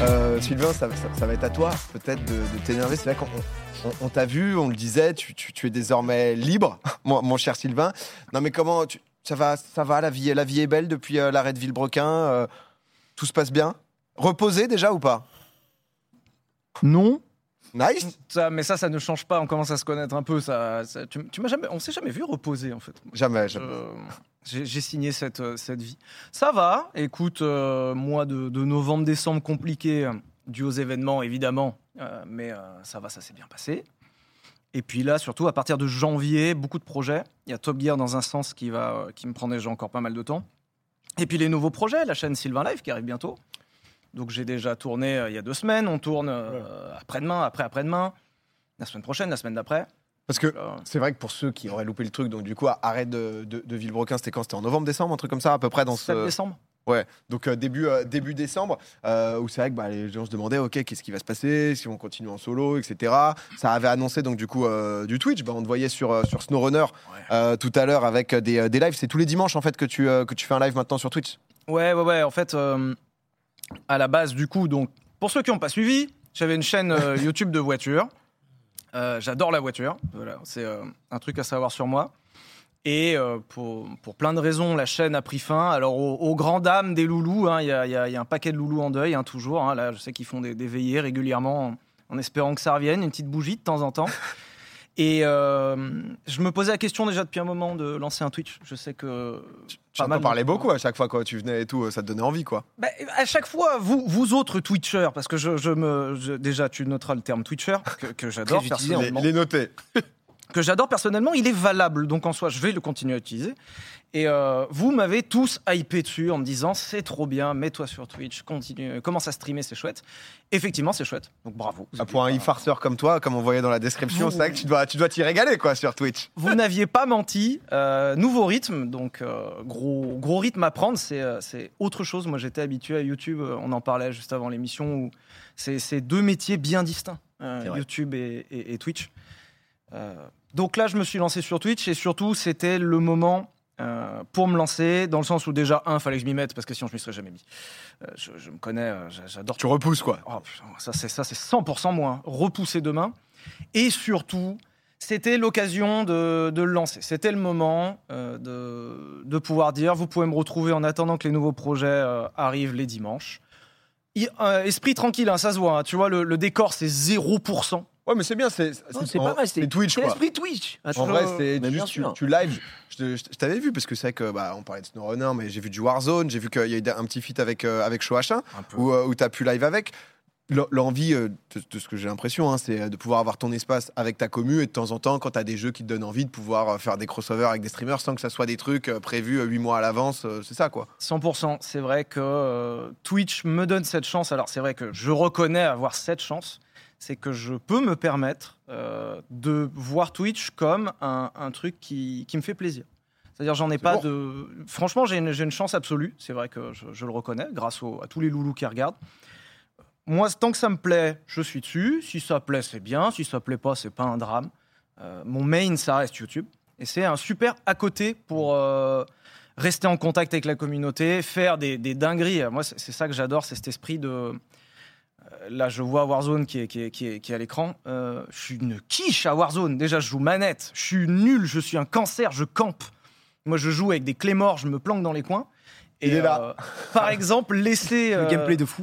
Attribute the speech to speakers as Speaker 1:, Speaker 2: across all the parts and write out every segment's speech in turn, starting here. Speaker 1: Euh, Sylvain, ça, ça- ça va être à toi peut-être de, de t'énerver. C'est vrai qu'on on, on t'a vu, on le disait, tu, tu- tu es désormais libre, mon, mon cher Sylvain. Non mais comment tu- ça va Ça va la vie, la vie est belle depuis euh, l'arrêt de Villebrequin. euh, tout se passe bien. Reposé déjà ou pas
Speaker 2: Non,
Speaker 1: Nice.
Speaker 3: Ça, mais ça, ça ne change pas. On commence à se connaître un peu. Ça, ça- tu, tu m'as jamais, on s'est jamais vu reposer en fait.
Speaker 1: Jamais. jamais.
Speaker 3: Euh, J'ai j'ai signé cette, euh, cette vie. Ça va. Écoute, euh, mois de, de novembre-décembre compliqué, euh, dû aux événements évidemment, euh, mais euh, ça va, ça s'est bien passé. Et puis là, surtout à partir de janvier, beaucoup de projets. Il y a Top Gear dans un sens qui va, euh, qui me prend déjà encore pas mal de temps. Et puis les nouveaux projets, la chaîne Sylvain Live qui arrive bientôt. Donc j'ai déjà tourné euh, il y a deux semaines. On tourne euh, après-demain, après après-demain, la semaine prochaine, la semaine d'après.
Speaker 1: Parce que
Speaker 3: Euh,
Speaker 1: c'est vrai que pour ceux qui auraient loupé le truc, donc du coup arrêt de, de, de Villebrequin, c'était quand C'était en novembre, décembre, un truc comme ça à peu près dans
Speaker 3: 7
Speaker 1: ce.
Speaker 3: décembre.
Speaker 1: Donc euh, début, euh, début décembre, euh, où c'est vrai que bah, les gens se demandaient, ok, qu'est-ce qui va se passer, si on continue en solo, etc. Ça avait annoncé donc du coup euh, du Twitch, Bah, on te voyait sur, euh, sur SnowRunner euh, tout à l'heure avec euh, des, euh, des lives, c'est tous les dimanches en fait que tu, euh, que tu fais un live maintenant sur Twitch.
Speaker 3: Ouais, ouais, ouais. En fait, euh, à la base, du coup, donc, pour ceux qui n'ont pas suivi, j'avais une chaîne euh, YouTube de voiture. Euh, J'adore la voiture. Voilà, c'est euh, un truc à savoir sur moi. Et euh, pour, pour plein de raisons, la chaîne a pris fin. Alors, aux, aux grandes dames des loulous, hein, il y, a, il y a- il y a un paquet de loulous en deuil, hein, toujours. hein. là, je sais qu'ils font des, des veillées régulièrement en, en espérant que ça revienne, une petite bougie de temps en temps. Et euh, je me posais la question déjà depuis un moment de lancer un Twitch. Je sais que.
Speaker 1: Tu
Speaker 3: pas
Speaker 1: en
Speaker 3: mal
Speaker 1: parlais
Speaker 3: d'entre-
Speaker 1: beaucoup à chaque fois quand tu venais et tout, euh, ça te donnait envie quoi.
Speaker 3: bah, à chaque fois, vous, vous autres Twitchers, parce que je, je me, je- déjà tu noteras le terme Twitcher que, que j'adore
Speaker 4: Très utilisé,
Speaker 3: personnellement,
Speaker 1: Il est noté.
Speaker 3: que j'adore personnellement, il est valable. Donc en soi, je vais le continuer à utiliser. Et euh, vous m'avez tous hypé dessus en me disant c'est trop bien, mets-toi sur Twitch, continue, commence à streamer, c'est chouette. Effectivement, c'est chouette. Donc bravo. Vous
Speaker 1: Ah, pour un
Speaker 3: aviez pas-
Speaker 1: e-farceur comme toi, comme on voyait dans la description, c'est vrai que tu dois tu dois t'y régaler quoi sur Twitch.
Speaker 3: Vous n'aviez pas menti. Euh, nouveau rythme, donc euh, gros, gros rythme à prendre, c'est euh, c'est autre chose. Moi, j'étais habitué à YouTube, euh, on en parlait juste avant l'émission, où c'est c'est deux métiers bien distincts, euh,
Speaker 4: C'est vrai.
Speaker 3: YouTube et, et- et Twitch. Euh, donc là, je me suis lancé sur Twitch et surtout, c'était le moment euh, pour me lancer, dans le sens où déjà, un, fallait que je m'y mette, parce que sinon, je m'y serais jamais mis. Euh, je, je me connais, euh, j'a- j'adore
Speaker 1: Tu repousses quoi.
Speaker 3: Oh, putain, ça c'est ça c'est 100% moins. Repousser hein. demain. Et surtout, c'était l'occasion de, de le lancer. C'était le moment euh, de, de pouvoir dire, vous pouvez me retrouver en attendant que les nouveaux projets euh, arrivent les dimanches. I- euh, esprit tranquille, hein, ça se voit. hein. tu vois, le, le décor c'est 0%.
Speaker 1: Ouais mais c'est bien, c'est
Speaker 4: Non, c'est pas mal, c'est-
Speaker 1: Twitch
Speaker 4: C'est
Speaker 1: quoi.
Speaker 4: l'esprit Twitch.
Speaker 1: En vrai, c'est
Speaker 4: Mais bien
Speaker 1: juste tu,
Speaker 4: sûr.
Speaker 1: tu live. Je, te- je te- je t'avais vu parce que c'est vrai que bah, on parlait de SnowRunner, mais j'ai vu du Warzone, j'ai vu qu'il y a eu un petit feat avec euh, avec Shoah où, euh, où t'as pu live avec. L'en- L'envie, euh, de, de ce que j'ai l'impression, hein, c'est de pouvoir avoir ton espace avec ta commu et de temps en temps, quand t'as des jeux qui te donnent envie de pouvoir euh, faire des crossovers avec des streamers sans que ça soit des trucs euh, prévus 8 mois à l'avance, euh, c'est ça quoi.
Speaker 3: 100%. C'est vrai que euh, Twitch me donne cette chance. Alors, c'est vrai que je reconnais avoir cette chance. C'est que je peux me permettre euh, de voir Twitch comme un, un truc qui, qui me fait plaisir. C'est-à-dire, j'en ai
Speaker 1: C'est
Speaker 3: pas
Speaker 1: lourd.
Speaker 3: de. Franchement, j'ai une, j'ai une chance absolue. C'est vrai que je, je le reconnais grâce au- à tous les loulous qui regardent. Moi, tant que ça me plaît, je suis dessus. Si ça plaît, c'est bien. Si ça plaît pas, c'est pas un drame. Euh, mon main, ça reste YouTube. Et c'est un super à côté pour euh, rester en contact avec la communauté, faire des, des dingueries. Moi, c'est c'est ça que j'adore, c'est cet esprit de. euh, Là, je vois Warzone qui est, qui est- qui est- qui est à l'écran. Euh, je suis une quiche à Warzone. Déjà, je joue manette. Je suis nul. Je suis un cancer. Je campe. Moi, je joue avec des clés morts. Je me planque dans les coins. Et,
Speaker 1: Il est là.
Speaker 3: euh, par exemple, laisser.
Speaker 4: Le
Speaker 3: euh,
Speaker 4: gameplay de fou.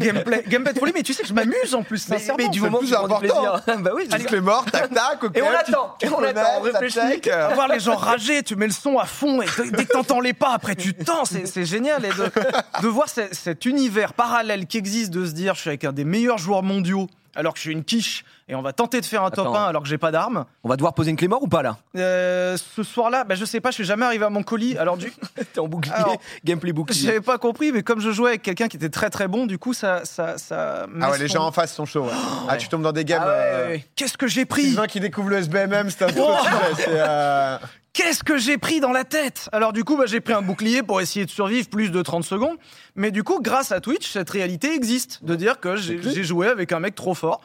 Speaker 3: gameplay, gameplay de folie, mais tu sais que je m'amuse en plus,
Speaker 4: Ah, Mais,
Speaker 3: sincèrement.
Speaker 4: mais du
Speaker 1: c'est
Speaker 4: moment où
Speaker 1: plus
Speaker 4: tu prends du
Speaker 1: important.
Speaker 4: plaisir. bah oui,
Speaker 1: Juste les morts, tac tac, ok,
Speaker 4: Et on
Speaker 1: tu-
Speaker 4: attend,
Speaker 1: tu
Speaker 4: et on
Speaker 1: remets,
Speaker 4: attend, on
Speaker 1: tac,
Speaker 4: réfléchit.
Speaker 1: tac, euh,
Speaker 3: Voir les gens rager, tu mets le son à fond et dès- dès que t'entends les pas, après tu tends, c'est c'est génial. Et de, de voir ce- cet univers parallèle qui existe, de se dire je suis avec un des meilleurs joueurs mondiaux alors que je suis une quiche et on va tenter de faire un top
Speaker 4: Attends.
Speaker 3: 1 alors que j'ai pas d'armes.
Speaker 4: On va devoir poser une clé mort ou pas là
Speaker 3: Euh, ce soir-là, bah, je sais pas, je suis jamais arrivé à mon colis. Alors du,
Speaker 4: T'es en bouclier,
Speaker 3: Alors,
Speaker 4: gameplay bouclier.
Speaker 3: j'avais pas compris, mais comme je jouais avec quelqu'un qui était très très bon, du coup ça. ça, ça
Speaker 1: Ah
Speaker 3: met
Speaker 1: ouais, les
Speaker 3: son-
Speaker 1: gens en face sont chauds. ouais. Ah, tu tombes dans des games.
Speaker 4: Ah ouais,
Speaker 1: euh,
Speaker 4: ouais, ouais.
Speaker 3: Qu'est-ce que j'ai pris
Speaker 1: Sylvain qui découvre le SBMM, c'est un peu autre sujet, c'est, euh,
Speaker 3: Qu'est-ce que j'ai pris dans la tête Alors du coup, bah, j'ai pris un bouclier pour essayer de survivre plus de 30 secondes. Mais du coup, grâce à Twitch, cette réalité existe. De dire que j'ai j'ai joué avec un mec trop fort.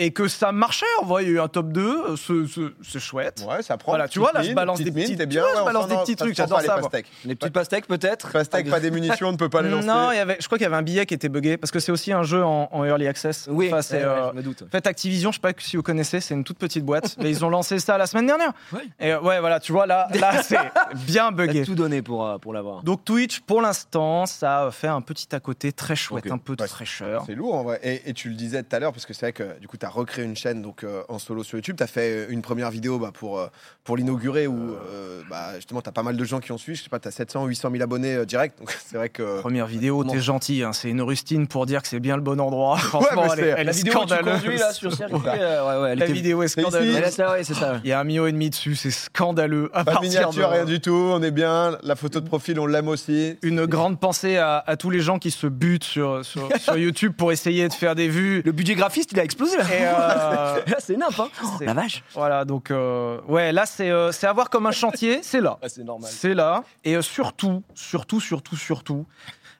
Speaker 3: et que ça marchait. En vrai, il y a eu un top 2, euh, ce- ce- c'est chouette.
Speaker 1: Ouais, ça prend.
Speaker 3: Voilà,
Speaker 1: petite
Speaker 3: tu vois, là, je
Speaker 1: mine,
Speaker 3: balance
Speaker 1: petite
Speaker 3: des
Speaker 1: mine,
Speaker 3: petits-
Speaker 1: t'es bien,
Speaker 3: tu vois, je
Speaker 1: ouais, on
Speaker 3: balance
Speaker 1: s'en
Speaker 3: des
Speaker 1: rend-
Speaker 3: petits
Speaker 1: ça
Speaker 3: trucs,
Speaker 1: se prend
Speaker 3: j'adore
Speaker 1: pas, les
Speaker 3: ça, moi.
Speaker 1: pastèques.
Speaker 4: Les petites pastèques, peut-être
Speaker 1: Pastèque, pas des munitions, on ne peut pas les lancer.
Speaker 3: Non, il y avait, je crois qu'il y avait un billet qui était buggé parce que c'est aussi un jeu en, en early access.
Speaker 4: Oui,
Speaker 3: Enfin, c'est,
Speaker 4: ouais,
Speaker 3: euh,
Speaker 4: je me doute.
Speaker 3: en fait, Activision, je sais pas si vous connaissez, c'est une toute petite boîte, mais ils ont lancé ça la semaine dernière.
Speaker 4: Ouais.
Speaker 3: Et euh, ouais, voilà, tu vois, là, là c'est bien
Speaker 4: T'as
Speaker 3: buggé.
Speaker 4: tout donné pour, euh, pour l'avoir.
Speaker 3: Donc Twitch, pour l'instant, ça euh, fait un petit à côté très chouette,
Speaker 4: Ok.
Speaker 3: un peu de
Speaker 1: Ouais.
Speaker 3: fraîcheur.
Speaker 1: C'est lourd en vrai. Et, et tu le disais tout à l'heure, parce que c'est vrai que du coup, tu as recréé une chaîne donc, euh, en solo sur YouTube. Tu as fait euh, une première vidéo bah, pour, euh, pour l'inaugurer où euh, bah, justement, tu as pas mal de gens qui ont suivi. Je sais pas, tu as 700, 800 000 abonnés euh, direct. Donc c'est vrai que.
Speaker 3: Première vidéo,
Speaker 1: Bon.
Speaker 3: t'es gentil, hein, c'est une rustine pour dire que c'est bien le bon endroit. Franchement,
Speaker 1: mais
Speaker 3: elle,
Speaker 1: c'est-
Speaker 3: est, elle est
Speaker 4: La vidéo que tu
Speaker 3: scandaleuse.
Speaker 4: conduis, là, sur circuit,
Speaker 1: Ouais.
Speaker 4: euh, ouais, ouais, elle
Speaker 3: La
Speaker 4: était-
Speaker 3: vidéo est
Speaker 1: C'est ici.
Speaker 3: scandaleuse.
Speaker 4: Elle est là, ouais, c'est ça. ouais.
Speaker 3: Il y a un million et demi dessus, c'est scandaleux. À
Speaker 1: Pas de
Speaker 3: partir
Speaker 1: Bah, miniature,
Speaker 3: hein, de-
Speaker 1: rien du tout. On est bien. La photo de profil, on l'aime aussi.
Speaker 3: Une grande pensée à, à tous les gens qui se butent sur, sur, sur YouTube pour essayer de faire des vues.
Speaker 4: Le budget graphiste, il a explosé, là.
Speaker 3: Et euh,
Speaker 4: Là, c'est nimp, hein.
Speaker 3: c'est-
Speaker 4: La vache.
Speaker 3: voilà, donc euh, ouais, là c'est euh, c'est à voir comme un chantier, c'est là.
Speaker 4: Ah, c'est normal.
Speaker 3: C'est là. Et euh, surtout, surtout, surtout, surtout,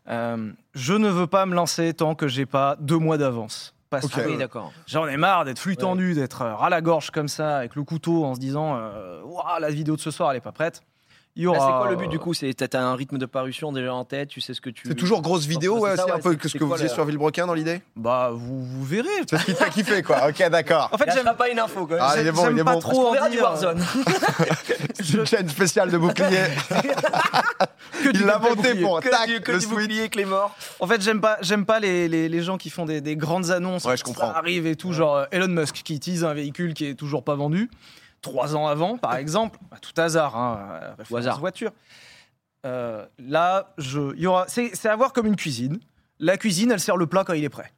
Speaker 3: euh, je ne veux pas me lancer tant que j'ai pas deux mois d'avance. Parce
Speaker 1: Ok.
Speaker 4: Ah
Speaker 3: que
Speaker 4: oui, d'accord.
Speaker 3: j'en ai marre d'être flux
Speaker 4: Ouais.
Speaker 3: tendu, d'être euh, ras la gorge comme ça, avec le couteau, en se disant euh, Ouah, la vidéo de ce soir, elle est pas prête. Il y
Speaker 4: Là,
Speaker 3: aura.
Speaker 4: Bah, C'est quoi le but, du coup C'est- T'as t'as un rythme de parution déjà en tête, tu sais ce que tu...
Speaker 1: C'est toujours grosse vidéo,
Speaker 4: c'est
Speaker 1: ouais,
Speaker 4: ça,
Speaker 1: c'est un
Speaker 4: ouais,
Speaker 1: peu
Speaker 4: c'est-
Speaker 1: que ce
Speaker 4: c'est
Speaker 1: que vous
Speaker 4: quoi,
Speaker 1: faisiez
Speaker 4: là
Speaker 1: sur Villebrequin dans l'idée
Speaker 3: Bah, vous, vous verrez.
Speaker 1: C'est ce qui te fait kiffer, quoi. Ok, d'accord.
Speaker 3: En fait,
Speaker 4: Là,
Speaker 3: j'aime
Speaker 4: t'as pas une info, quoi.
Speaker 1: Ah, il est
Speaker 3: j'aime
Speaker 1: bon, il est
Speaker 3: pas
Speaker 1: bon.
Speaker 3: trop
Speaker 4: On
Speaker 3: en
Speaker 4: verra
Speaker 3: dire,
Speaker 4: du Warzone.
Speaker 1: C'est une chaîne spéciale de bouclier.
Speaker 3: euh, que du
Speaker 1: Il l'a
Speaker 3: gameplay
Speaker 1: monté
Speaker 3: bouclier.
Speaker 1: pour tac,
Speaker 4: du-
Speaker 1: le
Speaker 4: du
Speaker 1: switch.
Speaker 4: bouclier avec les morts.
Speaker 3: En fait, j'aime pas, j'aime pas les, les, les gens qui font des, des grandes annonces.
Speaker 1: Ouais, je
Speaker 3: quand
Speaker 1: comprends.
Speaker 3: Ça arrive et tout, genre euh, Elon Musk qui tease un véhicule qui est toujours pas vendu trois ans avant, par exemple, à tout hasard, hein, à référence
Speaker 4: hasard.
Speaker 3: voiture. Euh, là, je, il y aura, c'est, c'est à voir comme une cuisine. La cuisine, elle sert le plat quand il est prêt.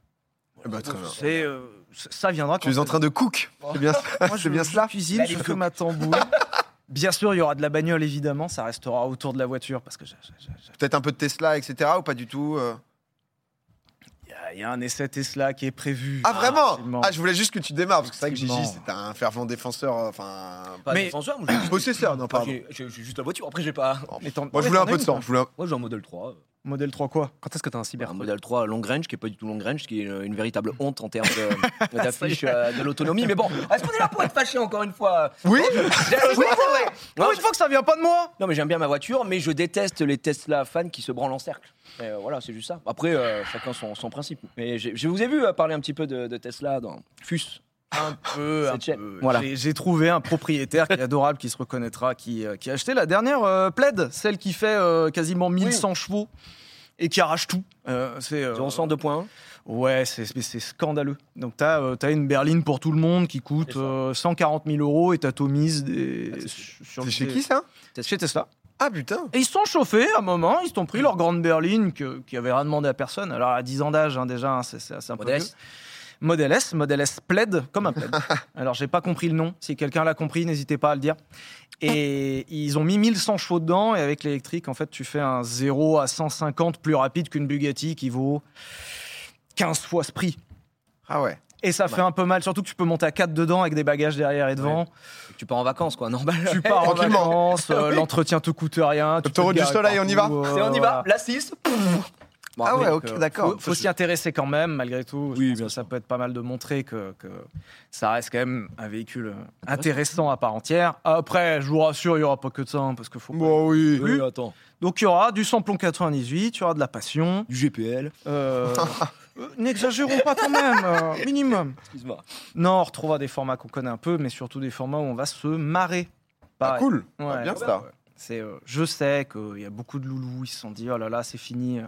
Speaker 1: Bah, très bien.
Speaker 3: C'est, euh, c- ça viendra.
Speaker 1: Tu es en train de cook. C'est bien,
Speaker 3: Moi, je,
Speaker 1: c'est bien
Speaker 3: je
Speaker 1: cela. Bah,
Speaker 3: cuisine, je fais ma tambour. Bien sûr, il y aura de la bagnole, évidemment, ça restera autour de la voiture parce que j'ai- j'ai- j'ai-
Speaker 1: Peut-être un peu de Tesla, etc. Ou pas du tout euh
Speaker 3: Il y a- il y, a un essai Tesla qui est prévu.
Speaker 1: Ah vraiment
Speaker 3: effectivement.
Speaker 1: Ah je voulais juste que tu démarres parce que c'est vrai que Gigi
Speaker 3: Effectivement.
Speaker 1: c'est un fervent défenseur, euh, enfin
Speaker 4: Pas
Speaker 3: Mais-
Speaker 4: défenseur, moi, j'ai-
Speaker 1: possesseur, non pardon.
Speaker 4: j'ai- j'ai j'ai juste la voiture, après j'ai pas...
Speaker 3: Mais t'en-
Speaker 1: Moi je
Speaker 3: ouais,
Speaker 1: voulais un
Speaker 3: t'en as
Speaker 1: peu de
Speaker 3: une, hein.
Speaker 1: sang, je voulais un-
Speaker 4: Moi j'ai un modèle 3.
Speaker 3: Modèle 3 quoi Quand est-ce que t'as un
Speaker 4: Bah, Un modèle 3 long range qui est pas du tout long range, qui est une, une véritable honte en termes de- d'affiche
Speaker 3: Ça y est.
Speaker 4: euh, de l'autonomie. Mais bon, est-ce qu'on est là pour être fâché encore une fois
Speaker 1: Oui
Speaker 4: J'ai- oui, c'est vrai.
Speaker 3: Non,
Speaker 4: Non,
Speaker 3: une fois que ça vient pas de moi
Speaker 4: non, mais j'aime bien ma voiture, mais je déteste les Tesla fans qui se branlent en cercle. Et, euh, voilà, c'est juste ça. Après, euh, chacun son, son principe. Mais j'ai- je vous ai vu euh, parler un petit peu de, de Tesla dans FUS.
Speaker 3: Un peu,
Speaker 4: C'est
Speaker 3: un
Speaker 4: check.
Speaker 3: peu.
Speaker 4: Voilà.
Speaker 3: Euh, J'ai- J'ai trouvé un propriétaire qui est adorable, qui se reconnaîtra, qui, euh, qui a acheté la dernière euh, plaid, celle qui fait euh, quasiment 1100 chevaux et qui arrache tout. Euh, c'est euh,
Speaker 4: 0,102.1.
Speaker 3: Ouais, c'est mais c'est scandaleux. Donc t'as euh, t'as une berline pour tout le monde qui coûte
Speaker 4: C'est ça.
Speaker 3: euh, 140 000 euros et t'as Tomise des...
Speaker 4: Ah, c'est-
Speaker 3: sur
Speaker 1: C'est
Speaker 3: le-
Speaker 1: chez qui ça
Speaker 3: Chez Tesla.
Speaker 1: Ah putain
Speaker 3: Et ils se sont chauffés à un moment, ils se sont pris leur grande berline que- qui avait rien demandé à personne. Alors à 10 ans d'âge hein, déjà, hein, c'est c'est- c'est un peu
Speaker 4: Modèle S.
Speaker 3: vieux. Modèle S, Modèle S plaid, comme un plaid. Alors j'ai pas compris le nom, si quelqu'un l'a compris, n'hésitez pas à le dire. Et ils ont mis 1100 chevaux dedans, et avec l'électrique, en fait, tu fais un 0 à 150 plus rapide qu'une Bugatti qui vaut 15 fois ce prix.
Speaker 1: Ah ouais.
Speaker 3: Et ça fait un peu mal, surtout que tu peux monter à 4 dedans avec des bagages derrière et devant.
Speaker 4: Tu pars en vacances, quoi, normal.
Speaker 3: Tu pars en
Speaker 1: Tranquillement.
Speaker 3: vacances, euh,
Speaker 1: Oui.
Speaker 3: l'entretien te coûte rien. tu peux te
Speaker 1: Autoroute du
Speaker 3: garer
Speaker 1: soleil, on y va
Speaker 3: partout, euh,
Speaker 4: C'est on y
Speaker 3: voilà.
Speaker 4: va, la 6. Bon,
Speaker 1: Ah
Speaker 4: après,
Speaker 1: ouais,
Speaker 4: donc,
Speaker 1: ok,
Speaker 4: euh,
Speaker 1: d'accord.
Speaker 3: faut, faut s'y intéresser quand même, malgré tout. Je
Speaker 4: Oui,
Speaker 3: pense
Speaker 4: bien
Speaker 3: que ça peut être pas mal de montrer que, que ça reste quand même un véhicule euh, intéressant à part entière. Après, je vous rassure, il y aura pas que de ça, hein, parce que faut. pas-
Speaker 1: Bon oui.
Speaker 4: Oui, attends.
Speaker 3: Donc il y aura du samplon 98, il y aura de la passion.
Speaker 4: Du GPL.
Speaker 3: euh, euh, N'exagérons pas quand même, euh, minimum.
Speaker 4: Excuse-moi.
Speaker 3: Non, on retrouvera des formats qu'on connaît un peu, mais surtout des formats où on va se marrer.
Speaker 1: Ah,
Speaker 3: Pareil.
Speaker 1: cool.
Speaker 3: Ouais.
Speaker 1: Ah, bien ça.
Speaker 3: C'est, euh, je sais qu'il y a beaucoup de loulous, ils se sont dit, oh là là, c'est fini.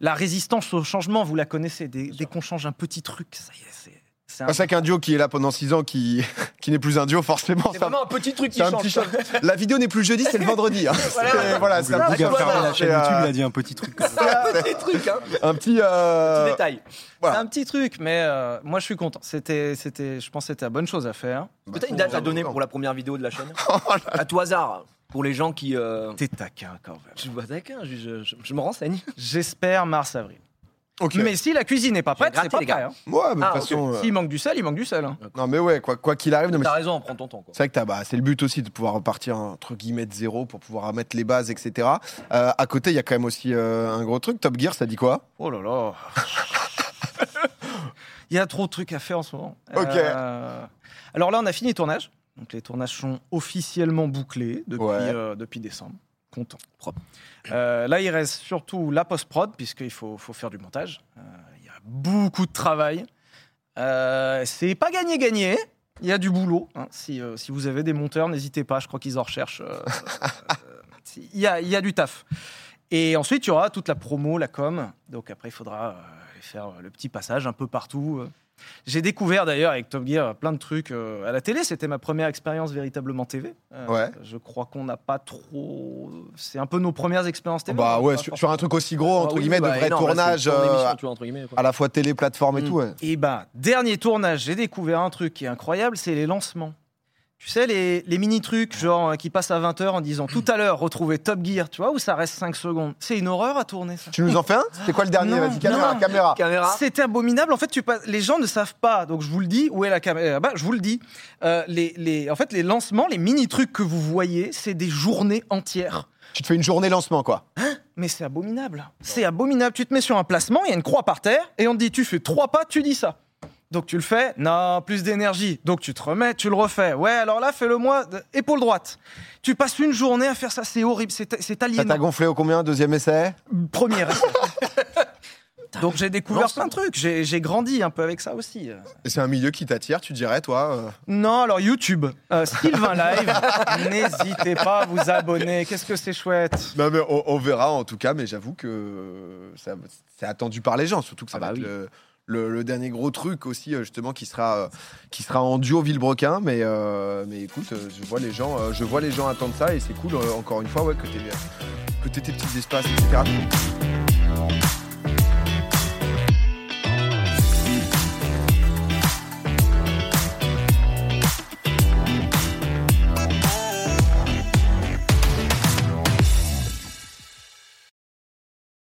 Speaker 3: La résistance au changement, vous la connaissez, dès, dès qu'on change un petit truc, ça y est, c'est, c'est un...
Speaker 2: Ah,
Speaker 1: Ah, C'est vrai qu'un duo qui est là pendant 6 ans qui qui n'est plus un duo forcément
Speaker 4: C'est
Speaker 1: ça-
Speaker 4: vraiment un petit truc qui
Speaker 1: c'est un
Speaker 4: change.
Speaker 1: petit choc. La vidéo n'est plus jeudi, c'est le vendredi. hein.
Speaker 4: Voilà.
Speaker 1: C'est- Voilà, c'est
Speaker 2: Le
Speaker 1: un
Speaker 3: Ah,
Speaker 2: bouc
Speaker 1: petit
Speaker 2: a
Speaker 1: choc.
Speaker 2: fermé la chaîne
Speaker 1: C'est, euh,
Speaker 2: YouTube, il a dit un petit truc.
Speaker 4: C'est un petit truc, hein.
Speaker 1: Un petit
Speaker 4: Petit
Speaker 1: euh,
Speaker 4: détail.
Speaker 3: c'est un petit truc, mais euh, moi je suis content. C'était, c'était, je pense que c'était la bonne chose à faire.
Speaker 1: bah,
Speaker 4: Peut-être une
Speaker 1: faut-
Speaker 4: date à donner pour la première vidéo de la chaîne
Speaker 1: Oh
Speaker 4: À tout hasard, pour les gens qui. euh,
Speaker 3: T'es taquin quand même.
Speaker 4: Je vois d'accord, je, je- je- je me renseigne.
Speaker 3: J'espère mars-avril.
Speaker 1: OK.
Speaker 3: Mais si la cuisine n'est pas prête,
Speaker 4: gratté,
Speaker 3: c'est pas
Speaker 4: les gars.
Speaker 3: prêt. hein.
Speaker 1: Ouais, mais de
Speaker 4: Ah,
Speaker 1: toute façon euh,
Speaker 3: S'il manque du sel, il manque du sel. hein.
Speaker 1: Non mais ouais, quoi quoi qu'il arrive, non, mais
Speaker 4: T'as raison, prends ton temps. Quoi.
Speaker 1: C'est vrai que t'as- bah, c'est le but aussi de pouvoir repartir entre guillemets de zéro pour pouvoir mettre les bases, etc. Euh, à côté, il y a quand même aussi euh, un gros truc. Top Gear, ça dit quoi
Speaker 3: Oh là là. Il y a trop de trucs à faire en ce moment.
Speaker 1: Ok.
Speaker 3: Euh, alors là, on a fini les tournages. Donc les tournages sont officiellement bouclés depuis,
Speaker 1: Ouais.
Speaker 3: euh, depuis décembre. Content, propre. Euh, là, il reste surtout la post-prod, puisqu'il faut, faut faire du montage. Euh, Il y a beaucoup de travail. Euh, c'est pas gagné-gagné. Il y a du boulot. hein. Si, euh, si vous avez des monteurs, n'hésitez pas. Je crois qu'ils en recherchent. euh, euh, Il y, a, il y a du taf. Et ensuite, il y aura toute la promo, la com. Donc après, il faudra euh, aller faire euh, le petit passage un peu partout. euh. J'ai découvert d'ailleurs avec Top Gear plein de trucs euh, à la télé. C'était ma première expérience véritablement TV. Euh,
Speaker 1: Ouais.
Speaker 3: Je crois qu'on n'a pas trop. C'est un peu nos premières expériences TV.
Speaker 1: Bah
Speaker 3: on
Speaker 1: ouais,
Speaker 3: n'a pas
Speaker 1: sur, sur un truc aussi gros, entre
Speaker 4: Bah oui,
Speaker 1: guillemets,
Speaker 4: bah
Speaker 1: de vrai
Speaker 4: énorme, là,
Speaker 1: tournage,
Speaker 4: c'est une
Speaker 1: euh,
Speaker 4: émission, tu vois, entre guillemets, quoi.
Speaker 1: à la fois télé, plateforme et
Speaker 4: Mm.
Speaker 1: tout. ouais.
Speaker 3: Et ben, dernier tournage, j'ai découvert un truc qui est incroyable, c'est les lancements. Tu sais, les, les mini-trucs, genre, euh, qui passent à 20h en disant tout à l'heure, retrouvez Top Gear, tu vois, où ça reste 5 secondes. C'est une horreur à tourner, ça.
Speaker 1: Tu nous en fais un C'était quoi le dernier
Speaker 3: Non,
Speaker 1: Vas-y, caméra,
Speaker 3: non.
Speaker 1: caméra.
Speaker 4: Caméra.
Speaker 3: C'est abominable. En fait, tu passes- les gens ne savent pas. Donc, je vous le dis, où est la caméra Bah, Je vous le dis. Euh, les, les- en fait, les lancements, les mini-trucs que vous voyez, c'est des journées entières.
Speaker 1: Tu te fais une journée lancement, quoi.
Speaker 3: Mais c'est abominable. C'est abominable. Tu te mets sur un placement, il y a une croix par terre, et on te dit tu fais trois pas, tu dis ça. Donc tu le fais, non, plus d'énergie. Donc tu te remets, tu le refais. Ouais, alors là, fais-le moi, de- épaule droite. Tu passes une journée à faire ça, c'est horrible, c'est c'est
Speaker 1: Ça t'a
Speaker 3: aliénant.
Speaker 1: gonflé au combien Deuxième essai
Speaker 3: Première. Donc j'ai découvert
Speaker 4: Non, c'est-
Speaker 3: plein de trucs, j'ai j'ai grandi un peu avec ça aussi.
Speaker 1: C'est un milieu qui t'attire, tu dirais, toi euh.
Speaker 3: Non, alors YouTube, euh, Sylvain Live, n'hésitez pas à vous abonner, qu'est-ce que c'est chouette.
Speaker 1: Non, mais on, on verra en tout cas, mais j'avoue que euh, ça- c'est attendu par les gens, surtout que ça
Speaker 4: Ah
Speaker 1: va
Speaker 4: bah
Speaker 1: être
Speaker 4: oui.
Speaker 1: le, le- le dernier gros truc aussi, euh, justement, qui sera, euh, qui sera en duo Villebrequin. Mais, euh, mais écoute, euh, je vois, les gens, euh, je vois les gens attendre ça et c'est cool, euh, encore une fois, ouais, que tu que t'aies tes petits espaces, etc.